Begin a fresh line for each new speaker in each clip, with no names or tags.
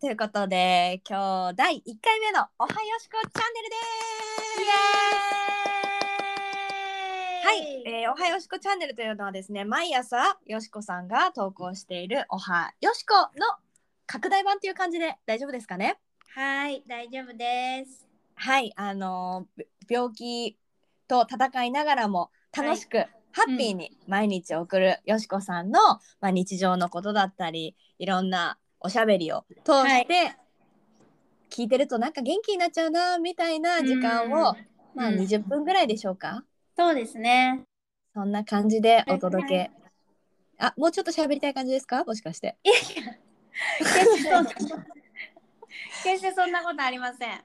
ということで今日第1回目の「おはよしこチャンネル」ですはい、えーおはよしこチャンネルというのはですね毎朝よしこさんが投稿している「おはよしこ」の拡大版という感じで大丈夫ですかね
はい、大丈夫です。
はいあのーび病気と戦いながらも楽しく、ハッピーに毎日送るよしこさんの、まあ、日常のことだったりいろんなおしゃべりを通して、聞いてるとなんか元気になっちゃうなみたいな時間を、
うん
まあ、
うん
20分ぐらいでしょうか、
そうですね。
そんな感じでお届け、
はい
あもうちょっと喋りたい感じですかもしかして
いやいや、決してそんな決してそんなことありません。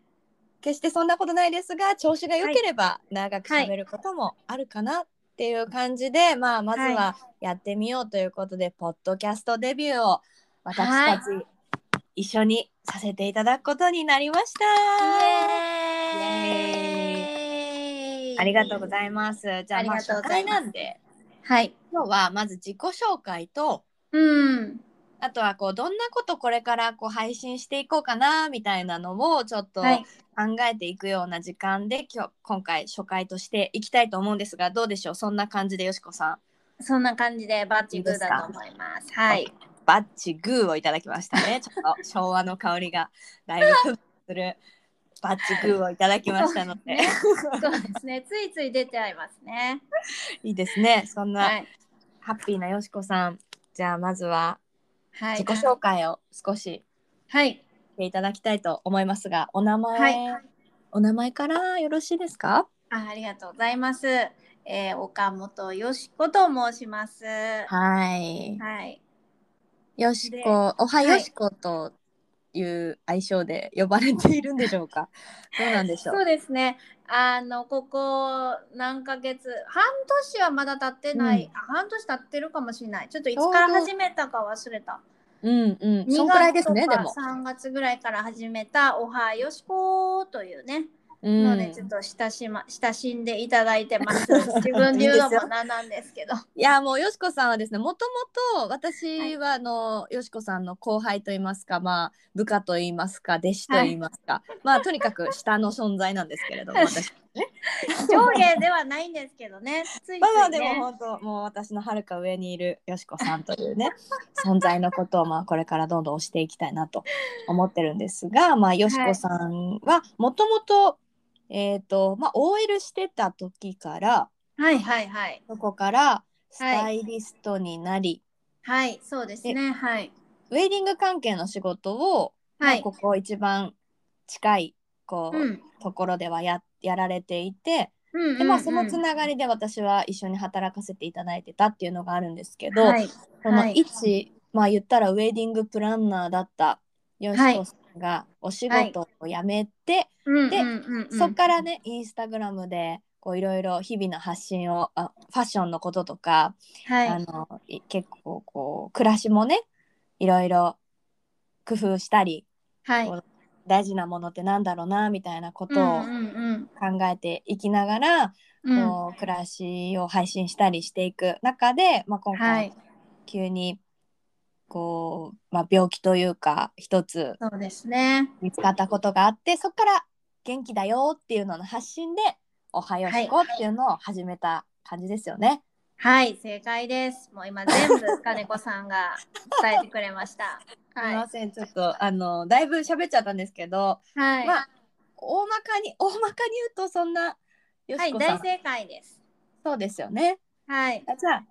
決してそんなことないですが調子が良ければ長く喋ることもあるかなっていう感じで、まあ、まずははやってみようということで、ポッドキャストデビューを私たち一緒にさせていただくことになりました。
イエーイ
ありがとうございます。じゃあ、まあ、
ありがと
初
うござ
回
います
なんで
はい。
今日はまず自己紹介と
うん。
あとはこうどんなことこれからこう配信していこうかなみたいなのをちょっと
はい。
考えていくような時間で今日今回初回としていきたいと思うんですがどうでしょうそんな感じでよしこさん
そんな感じでバッチグーだと思います。はい。
バッチグーをいただきました ねちょっと昭和の香りがだいぶするバッチグーをいただきましたので
そうですね。ついつい出ちゃいますね。
いいですねそん
は。
ないハッピーなよしこさんじゃあまずは
は
自
い
己。紹介を少し
はい。
していただきたいと思いますがお名前、
はい
お名前からよろしいですか
あ、ありがとうございます。えー、岡本よしこと申します。
はい
はい。
よし
で
こ、おは
は
よ
い
しこという愛称で呼ばれているんでしょう か。どうなんでしょ。
そううですね。あのここ何ヶ月、半年はまだ経ってない、
うん
あ半年経ってるかもしれない。ちょっといつ
ちょうど
から始めたか忘れた。
うんうん。
2
そんくらいですね、
月
で
と
も
か。3月ぐらいから始めたおはよしこというね、
う
の
ん。
でちょっと親しま親しんでいただいて ます。自分で言うのもなんなんですけど。
いや、もうよしこさんはですね、もともと私はあの、よしこさんの後輩といいますか、まあ。部下といいますか、弟子といいますか、まあ、とにかく下の存在なんですけれど も、私。
上下ではないんですけどね。ついつい、ね。
まあまあでも本当もう私のはるか上にいるよしこさんとい うね存在のことをまあこれからどんどん推していきたいなと思ってるんですが、まあ、よしこさんはもともと,、えーとまあ、OL してた時から
はいはいはい。
そこからスタイリストになり、
はい、そうですね。はい。
ウェディング関係の仕事を、まあ
はい。
ここ一番近いこう、
うん。
ところではややられていて
うんうんうん
で、まあ、そのつながりで私は一緒に働かせていただいてたっていうのがあるんですけど。
はい、
この
はい
一、まあ言ったらウェディングプランナーだったよしこさんがお仕事を辞めて、で
で、うんうん
そっからねインスタグラムでこういろいろ日々の発信をあファッションのこととか、
はい、
あのい結構こう暮らしもねいろいろ工夫したり
はい、
こ大事なものってなんだろうなみたいなこ
う
と
ん
を
うん
考えていきながら、
うんうん
こう暮らしを配信したりしていく中で、まあ、今回、
はい、
急にこう、まあ、病気というか一つ
そうですね。
見つかったことがあってそこから元気だよっていうのの発信で「おはよしこ」っていうのを始めた感じですよね。
はい、正解です。もう今全部金子さんが伝えてくれました。
すみ
は
ませんちょっとあのだいぶ喋っちゃったんですけど、
い、はい、
まあ大まかに大まかに言うとそんなよ
は
し
い、
こさん、
大正解です。
そうですよね。
はい、
あじゃあ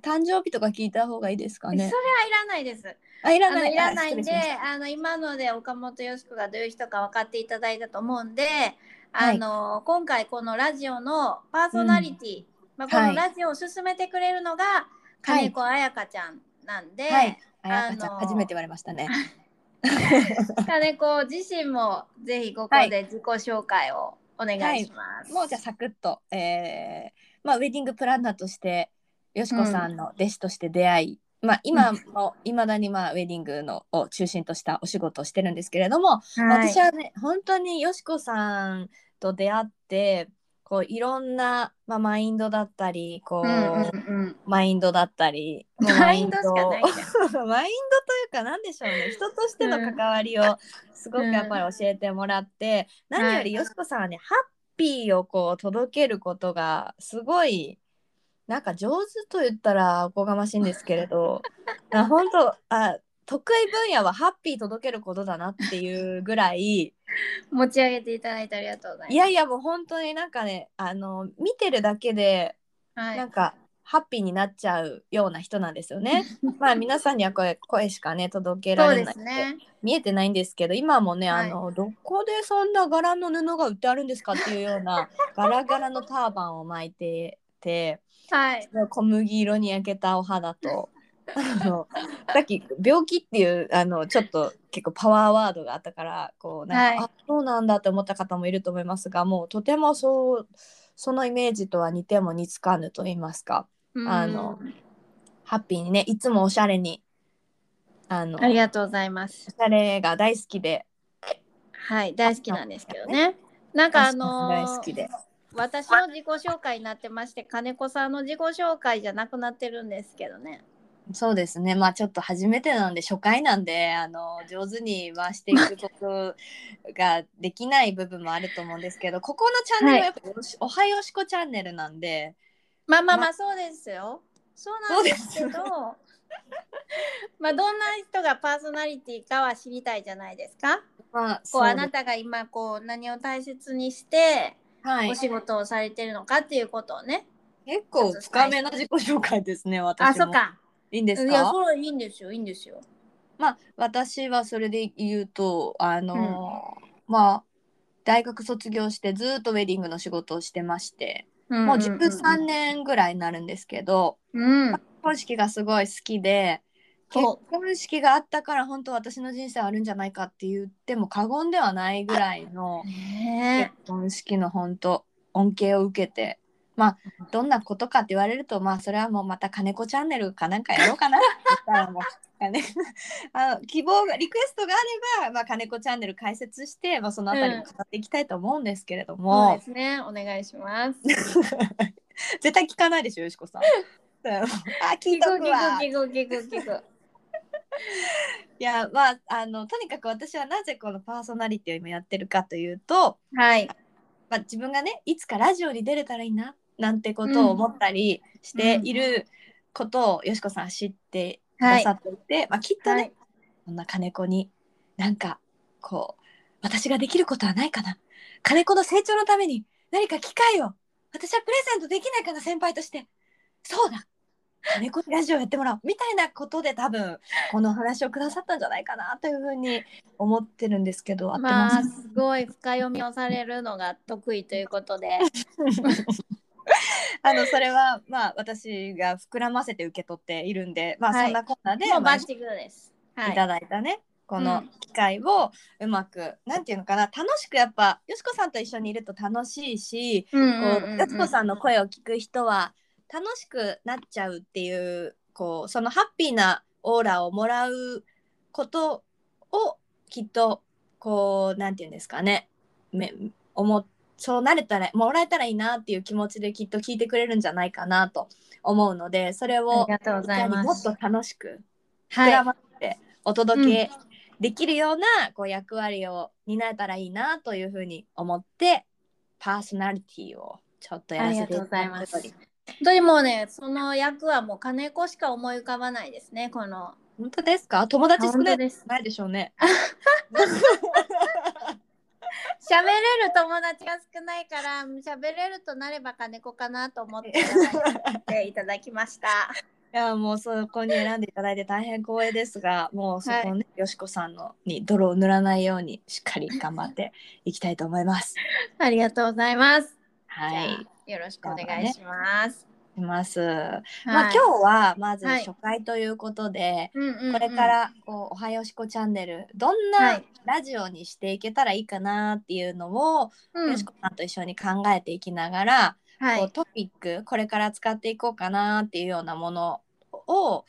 誕生日とか聞いた方がいいですか
それは
ね。
いらないです。
あいら
あの
ない
いらないん
あ失礼
で、
しました
あの今ので岡本よしこがどういう人か分かっていただいたと思うんで、
は
あ
い
の今回このラジオのパーソナリティ、まあこ
は
の
い
ラジオを進めてくれるのが金子彩香ちゃんなんで、
はい、あやかちゃ
あ
ん、
の
初めて言われましたね。
金子自身もぜひここで自己紹介をお願いします。
もうじゃあサクッと、えーまあ、ウェディングプランナーとしてよしこさんの弟子として出会い、まあ、今もいまだに、まあ、ウェディングのを中心としたお仕事をしてるんですけれど
は
も、
い
私はね本当によしこさんと出会ってこういろんな、まあ、マインドだったりこう、
うんうんうん
マインドだったり
マインドしかないじゃん
マインドというか何でしょうね人としての関わりをすごくやっぱり教えてもらって、
ん
何よりよしこさんはね、ハッピーをこう届けることがすごいなんか上手と言ったらおこがましいんですけれ どあ本当あ得意分野はハッピー届けることだなっていうぐらい
持ち上げていただいてありがとうございます
いやいやもう本当になんかねあの見てるだけで
はい
なんかハッピーになっちゃうような人なんです よね。まあ皆さんには声声しかね届けら
そう
れ
で
ないっ
す
て、
ね
見えてないんですけど今もね、
はい
あのどこでそんな柄の布が売ってあるんですかっていうよう な柄柄のターバンを巻いてて
はい
小麦色に焼けたお肌と。 あのさっき「病気」っていうあのちょっと結構パワーワードがあったからこうなん
は
か、
い
あそうなんだって思った方もいると思いますがもうとてもそうそのイメージとは似ても似つかぬと言いますかあの
うん
ハッピーにねいつもおしゃれにあの
ありがとうございます
おしゃれが大好きで
はい大好きなんですけどねなんかあの
大好きで
私の自己紹介になってまして金子さんの自己紹介じゃなくなってるんですけどね
そうですねまあちょっと初めてなんで初回なんであの上手に回していくことができない部分もあると思うんですけどここのチャンネルはやっぱよし、おはよしこチャンネルなんで
まあまあ
ま
まあそうですよそうなんですけど
そう
まあどんな人がパーソナリティかは知りたいじゃないですか
まあ
こう
そう
あなたが今こう何を大切にして
はい
お仕事をされてるのかっていうことをね、
結構深めの自己紹介ですね私も
あそっか
いいんです
いや
か
それいいんですよいいんですよ
まあ私はそれで言うとあのーまあ大学卒業してずーっとウェディングの仕事をしてましても
も
う13年ぐらいになるんですけど
うん
結婚式がすごい好きで結
ほ
婚式があったから本当私の人生あるんじゃないかって言っても過言ではないぐらいの結
ね
婚式の本当恩恵を受けてまあどんなことかって言われるとまあそれはもうまた金子チャンネルかなんかやろうかなって言ったらもう金 子あの希望がリクエストがあれば、まあ、金子チャンネル開設して、まあ、そのあたりも語っていきたいと思うんですけれど
えそう
も
で、すねお願いします
絶対聞かないでしょよしこ さん。あ聞いとくわ。い
聞く聞く聞く聞く
やまああのとにかく私はなぜこのパーソナリティを今やってるかというと、
はい
まあ、自分がねいつかラジオに出れたらいいななんてことを思ったりしていることをよしこさんは知ってくださっていて、まあ、きっとね、
はい
そんな金子になんかこう私ができることはないかな金子の成長のために何か機会を私はプレゼントできないかな先輩としてそうだ金子にラジオやってもらおうみたいなことで多分このお話をくださったんじゃないかなというふうに思ってるんですけど合ってま
まあ
す
すごい深読みをされるのが得意ということで
あのそれはまあ私が膨らませて受け取っているんで、まあ
はい
そんなこんなで、
もう
ま
バ
あい
ッチグーですはい
ただいたねこ
う
の
ん
機会をうまく、なんていうのかな楽しくやっぱよしこさんと一緒にいると楽しいし、
うんう
こ
ん
う
うんうん
よしこさんの声を聞く人は楽しくなっちゃうっていうこうそのハッピーなオーラをもらうことをきっとこうなんていうんですかねめ思っそうなれたらもらえたらいいなっていう気持ちできっと聞いてくれるんじゃないかなと思うのでそれ
あ
を
りがとうござい
いかに
ま
もっ
す
と楽しく膨
は
ら
い
まってお届けできるような、こう役割を担えたらいいなというふうに思ってパーソナリティをちょっとやらせていただい
あ
ており
りがとうござい本当にもうねその役はもう金子しか思い浮かばないですねこの
本当ですか友達少
本
な
当
い
です
ないでしょうね。
喋れる友達が少ないから喋れるとなれば金子かなと思っていただきま した
いやもうそこに選んでいただいて大変光栄ですがもうそこをね、よしこさんのに泥を塗らないようにしっかり頑張っていきたいと思 います。
ありがとうございます
は
じ
い。
ゃあよろしくお願いします、
います。ま
は
あ今
い
日はまず
はい
初回ということで、
うんうんうん
これからこう「おはよしこチャンネル」どん
は
ないラジオにしていけたらいいかなっていうのを、
うん
よしこさんと一緒に考えていきながら、
は
こう
い
トピックこれから使っていこうかなっていうようなものを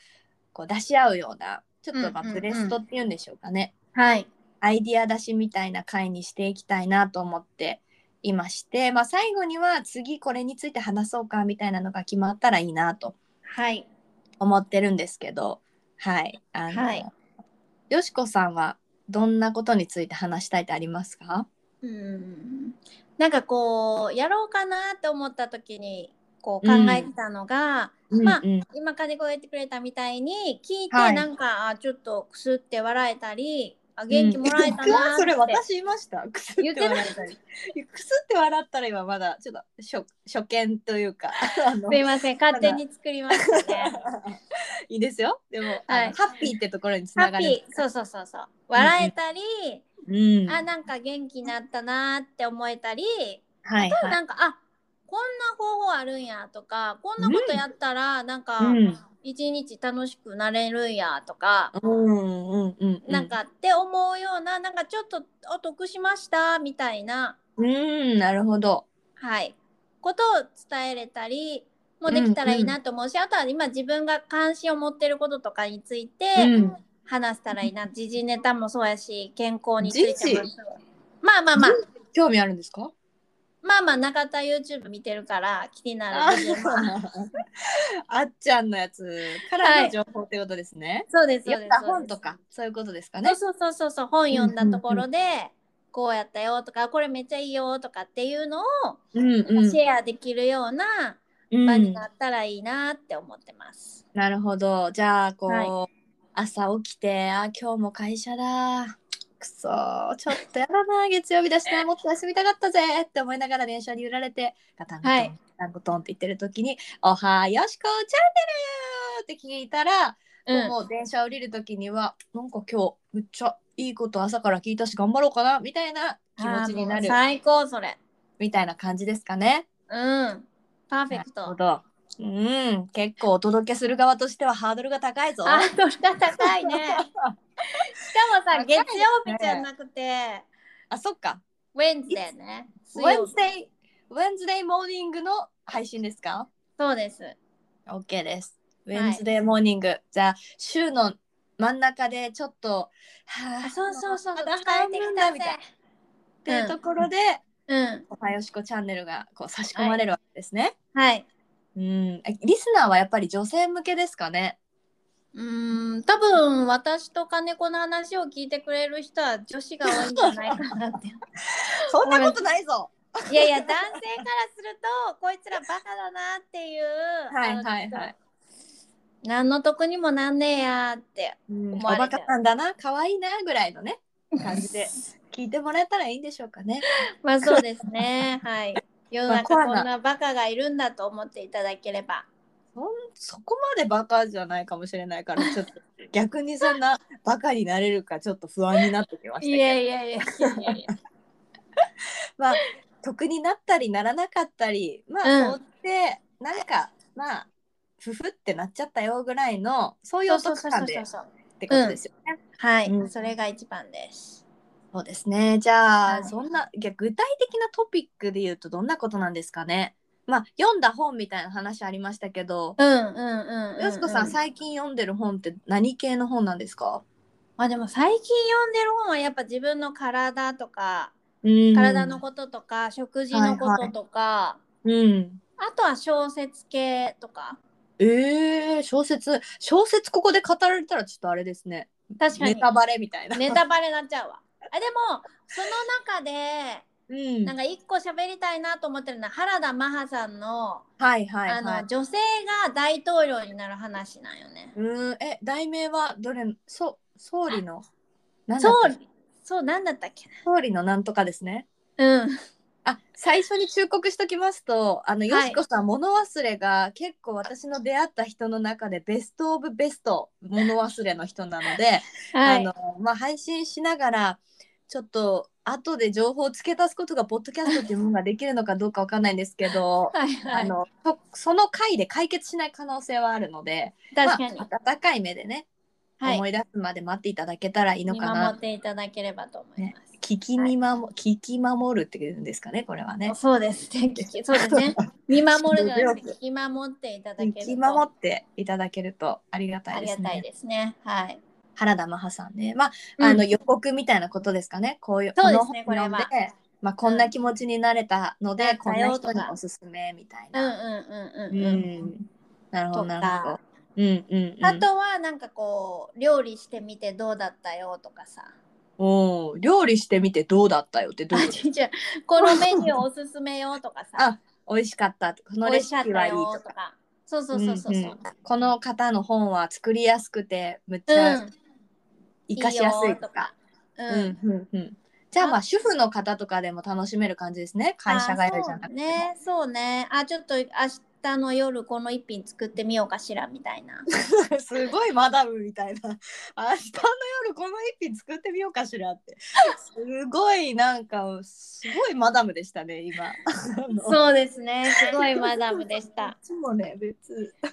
こう出し合うようなちょっとま
うんうんうん
あブレストっていうんでしょうかね、
はい
アイディア出しみたいな回にしていきたいなと思っていまして、まあ、最後には次これについて話そうかみたいなのが決まったらいいなと
はい。
思ってるんですけどはいあの、
はい
よしこさんはどんなことについて話したいってありますか
うん。なんかこうやろうかなって思った時にこう考えてたのが、まあ
うんうん
今金子が言ってくれたみたいに聞いて
はい
なんか、あちょっとくすって笑えたりあ元気もらえ たなって
それ私言いましたくすっ
言ってて
笑
な
っ
い
たりくすって笑ったら今まだちょっと 初初見とい うかあの
すいません勝手に作りましたね。
いいですよでも、
はい
あのハッピーってところにつ
ハ
な
ッ
が
ピ
る
ーそうそうそうそう笑えたり、
うん
あなんか元気になったなって思えたり、
はいはい
なんかあこんな方法あるんやとかこんなことやったらなんか
うん
一日楽しくなれるんやとか、
うんうんうん
なんかって思うようななんかちょっとお得しましたみたいな、
うんなるほど
はい、ことを伝えれたりもできたらいいなと思うし、あとは今自分が関心を持ってることとかについて、
うん
話したらいいな時事ネタもそうやし健康につい
時
て
事
もまあまあまあ
興味あるんですか
まあまあ中田 YouTube 見てるから気にな
あ
る時事も
あっちゃんのやつからの情報ってことですね、
そうですそう
読
で
ん
す
だ本とかそういうことですかね
そうそうそうそうそう本読んだところで、こうやったよとかこれめっちゃいいよとかっていうのを
うんうん
シェアできるような場になったらいいなって思ってます。
なるほどじゃあこう、
は
朝起きてあ今日も会社だくそーちょっとやだ な月曜日だしなもっと休みたかったぜって思いながら電車に揺られてガタンゴトン、
はい
ガタンゴトンって言ってる時に「おはよしこチャンネル!」って聞いたら、
うん、
もう電車降りる時にはなんか今日むっちゃいいこと朝から聞いたし頑張ろうかなみたいな気持ちにな
あーもう
る
最高それ。
みたいな感じですかね。
うん。パーフェ
な
ク
るほ
ト。
どうん結構お届けする側としてはハードルが高いぞ。
ハードルが高 いね。しかも
高
さ、
い
月
ね
曜日じゃなくて、
あそっか
ウェンズデーね。水曜日
Wednesday, Wednesday モーニングの配信ですか
そうです。
?OK です。
い
Wednesday モーニング。じゃあ、週の真ん中でちょっと、は
あ、そうそうそう、
ま
疲
だ
れ
半
て
分
き
だ
た
み
み
た
た
い
い
なっていうところで、
うん。
おはよしこチャンネルがこう差し込まれるわけですね。
はい。
うん。リスナーはやっぱり女性向けですかね。
うーん、多分私と金子の話を聞いてくれる人は女子が多いんじゃないかなって。
そんなことないぞ。
いやいや、男性からすると、こいつらバカだなっていう。
はいはいはい。
い。何の得にもなんねえやって。
うん、お
思わ
バ
れて
カなんだな、可愛いなぐらいのね、感じで聞いてもらえたらいいんでしょうかね。
まあそうですね。はい。世の中
まあコ
こ
アなん
なバカがいるんだと思っていただければ。
そんそこまでバカじゃないかもしれないからちょっと逆にそんなバカになれるかちょっと不安になってきましたけど
いやいやいやいやいや。
まあ得になったりならなかったりまあ、
うん
そうってなんかまあふふってなっちゃったよぐらいのそういうお得感でっ
そう。
てことですよね。
はい、
うん
それが一番です。
そうですねじゃ
は
あ、
い
そんなじゃあ具体的なトピックで言うとどんなことなんですかねまあ読んだ本みたいな話ありましたけど、
うんうんうんうん、うん。
よしこさん最近読んでる本って何系の本なんですか、
まあでも最近読んでる本はやっぱ自分の体とか、
うん
体のこととか、食事のこととか、
うん
あとは小説系とか。
えー、小説小説ここで語られたらちょっとあれですね
確か
ネ
に
タバレみたいな、
ネタバレになっちゃうわ。あでもその中で
うん
なんか一個喋りたいなと思ってるのは原田マハさんの
はいはい
あ
はい
の女性が大統領になる話なんよね。
うーんえ題名はどれそ総理のなんだ
そ
っ
う
け
そうなんだったっけ
総理のなんとかですね
な。うん。
あ最初に忠告しときますとあの、
はい
よしこさん物忘れが結構私の出会った人の中でベスト・オブ・ベスト物忘れの人なので
はい。
あのまあ、配信しながらちょっと後で情報を付け足すことがポッドキャストっていうものができるのかどうかわかんないんですけど
はい は
あ
い。
のそその回で解決しない可能性はあるので
確かに。
まあ、温かい目でね、
はい
思。い出すまで待っていただけたらいいの
見
か
守
な
っていただければと思います。
聞き見守、聞き守るっていうんですかねこれはね。
そう ですね。聞きそうですね。見守るじゃなくて、聞き守っていただけ
聞
ると。
き守っていただけるとありがた
あ
いで
り
す
がたい
ね。
ですね。はい。
原田マハさんね、まああの
うん
予告みたいなことですかね、こういう
そうですね
この本読ん
これは
まあ、こんな気持ちになれたので、
うん
こんな人におすすめみたい
うんうん
な。
うんうんうん。
なるほど
とか
なるほど。うんうんうん、
あとはなんかこう料理してみてどうだったよとかさ。
おー料理してみてどうだったよってどうい
あ
うこ
ちっちゃいこのメニューおすすめよとかさ。
と美味しかったこの
美
レ
味
シ
しかっ
ピ
た
はいい
よ
と
と
か
か。そうそうそうそう。う
うんんうんこの方の本は作りやすくてむっち
う
ゃ
ん。
活かしやすいとか。
う。
うんんうんうんじゃあまあ主婦の方とかでも楽しめる感じですね会社帰りじゃな
あそう
くても。
ね。そうね。あちょっと明日の夜この一品作ってみようかしらみたいな。
すごいマダムみたいな明日の夜この一品作ってみようかしらってすごいなんかすごいマダムでしたね 今あの
そうですね。すごいマダムでし
こ
た。
っちもね別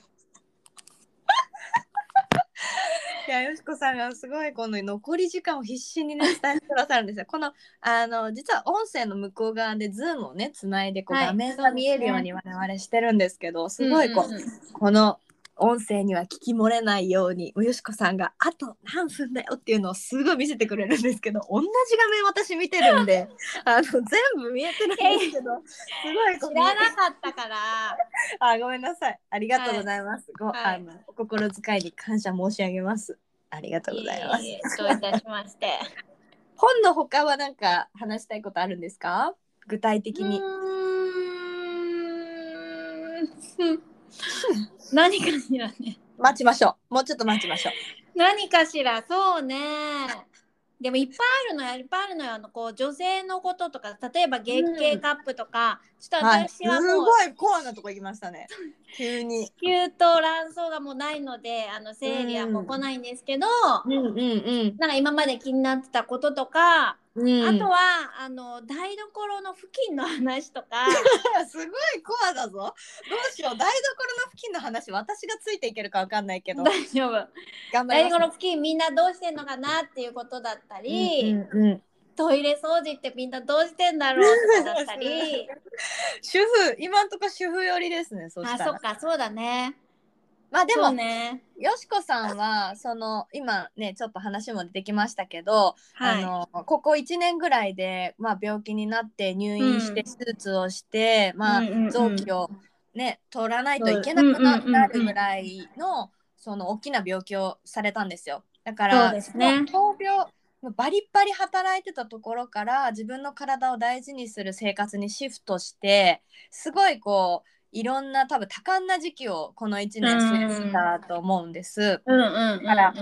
いやよしこさんがすごいこの残り時間を必死にね伝えてくださるんですよ。このあの実は音声の向こう側でズームをねつないでこう
はい
画面
そ
が
うです
見
ね
えるように我々してるんですけど、 すごいこ
う
う、
んうんうん
この音声には聞き漏れないようによしこさんがあと何分だよっていうのをすごい見せてくれるんですけど同じ画面私見てるん であの全部見えてないんですけどすごいこう
知らなかったから。
あ、ごめんなさい。ありがとうございます。ご、
はい
あの、お心遣いに感謝申し上げます。ありがとうございます。
ええどういたしまして。
本の他はなんか話したいことあるんですか。具体的に。
うーん何かしらね。
待ちましょう。もうちょっと待ちましょう。
何かしらそうね。でもいっぱいあるのよいっぱいあるのよあのこう女性のこととか例えば月経カップとか、ちょっと
はい。す
私はもう
ごいコアなとこ行きましたね。急に。
子宮と卵巣がもうないのであの生理はもう来ないんですけど、
うんうんうん。
なんか今まで気になってたこととか、
うん、
あとはあの台所の付近の話と か
すごいコアだぞ。どうしよう。台所の付近の話、私がついていけるかわかんないけど。
大丈夫
頑張
台
り
所
ま
の付近みんなどうしてんのかなっていうことだった
す。
り、
うんうんうん
トイレ掃除ってみんなどうしてんだろうとかだったり
主婦、今んとこ主婦寄りです ね。そし
あ
た
そっ
ら。
かそうだね
まあ、でも
そう、ね
よしこさんはその今ねちょっと話も出てきましたけど、
はい
あのここ1年ぐらいで、まあ、病気になって入院して
うん
手術をして、まあ
うんうんうん
臓器をね取らないといけなくな
うんうんうんうん
なるぐらいのその大きな病気をされたんですよ。だか
そう
ら
ですね
もう闘病もうバリッバリ働いてたところから自分の体を大事にする生活にシフトしてすごいこういろんな多分多感な時期をこの1年過ぎたと思うんです。
うんうんうん
だから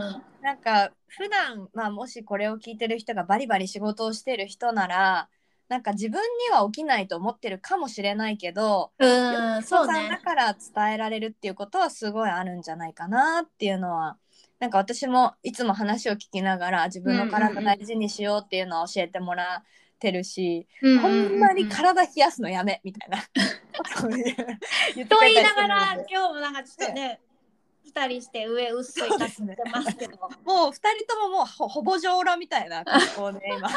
なんか普段まあもしこれを聞いてる人がバリバリ仕事をしてる人ならなんか自分には起きないと思ってるかもしれないけど
うんうんそう
さんだ
ね
から伝えられるっていうことはすごいあるんじゃないかなっていうのはなんか私もいつも話を聞きながら自分の体大事にしようっていうのは教えてもらってるし、こんなに体冷やすのやめみたいな。そういう言って
と
くれ
言
たりする
いながら
ので
今日もなんかちょっとね二人して上うっすいかすってますけど
もう二人とももうほほぼ上羅みたいな格好で 今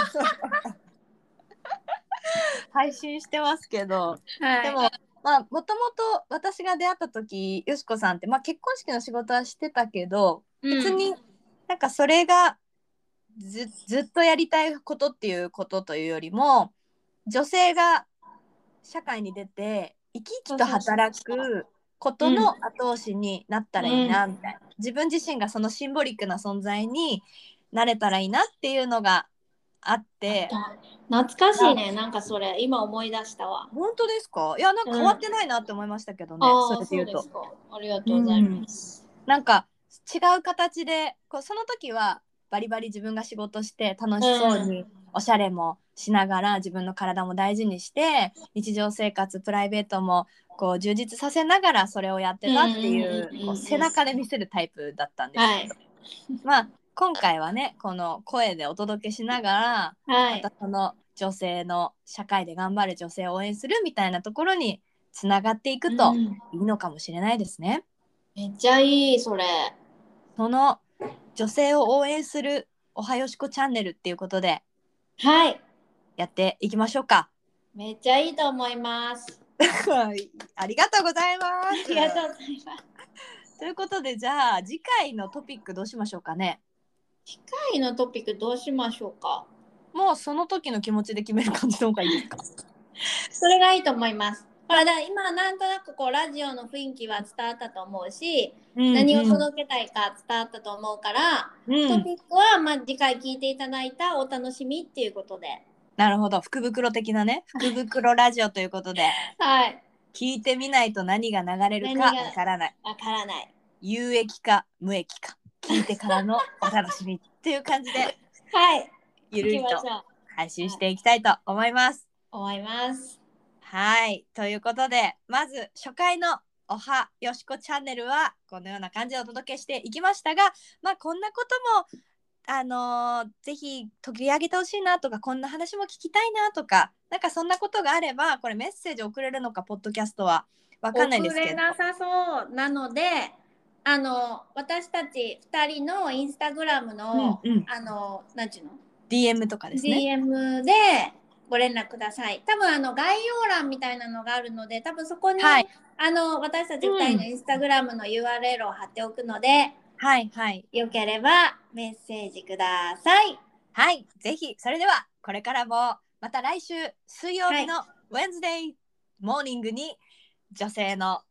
配信してますけど、
はい
でもまあもともと私が出会った時よしこさんって、まあ、結婚式の仕事はしてたけど別になんかそれがず,、ずっとやりたいことっていうことというよりも女性が社会に出て生き生きと働くことの後押しになったらいいなみたいな、自分自身がそのシンボリックな存在になれたらいいなっていうのがあって
うん懐かしいねなんかそれ今思い出したわ
本当ですかいやなんか変わってないなって思いましたけどね、
あ
そ
あ
れ
そ
で
う
言う
で
と
す。かありがとうございます
なんか違う形でこうその時はバリバリ自分が仕事して楽しそうにおしゃれもしながら自分の体も大事にして日常生活プライベートもこう充実させながらそれをやってたってい
うんうんうんうんう
うんこう背中で見せるタイプだったんです
はい
けど、まあ今回はねこの声でお届けしながら
は
ま
い
たその女性の社会で頑張る女性を応援するみたいなところにつながっていくと
うん
いいのかもしれないですね。
めっちゃいいそれ
その女性を応援するおはよしこチャンネルっていうことで
はい
やっていきましょうか。
めっちゃいいと思います
はいありがとうございま
あ
す。
りがとうございます
ということでじゃあ次回のトピックどうしましょうかね。
次回のトピックどうしましょうか
うもうその時の気持ちで決める感じの方がいい ですか
それがいいと思います。ほらだから今なんとなくこうラジオの雰囲気は伝わったと思うし、何を届けたいか伝わったと思うから、
うん
トピックはまあ次回聞いていただいたお楽しみっていうことで。
なるほど福袋的なね福袋ラジオということで
はい。
聞いてみないと何が流れるかわ
何が
からない
わからない。
有益か無益か聞いてからのお楽 しみっていう感じで
はい。
ゆるり
行きまし
と
ょう
配信していきたいと思います。
思います。
はいということでまず初回の「おはよしこチャンネル」はこのような感じでお届けしていきましたが、まあ、こんなこともあのーぜひ取り上げてほしいなとかこんな話も聞きたいなとかなんかそんなことがあればこれメッセージ送れるのかポッドキャストは分かんないです
遅
け
れ
ど。
なさそうなので、あの私たち二人のインスタグラムの、
うんうん
あのなんちゅうの、
DM とかですね。
DM でご連絡ください。多分あの概要欄みたいなのがあるので、多分そこに、
はい
あの私たち二人のインスタグラムの URL を貼っておくので、
はいはい。
よければメッセージください。
はい、ぜひそれではこれからもまた来週水曜日の Wednesday モーニングに女性の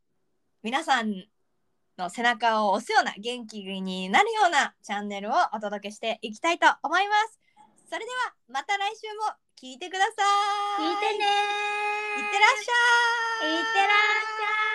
皆さんの背中を押すような元気になるようなチャンネルをお届けしていきたいと思います。それではまた来週も聞いてください。
聞いてね
い
ー。
ってらっしゃ
いっ
い。
てらっしゃい。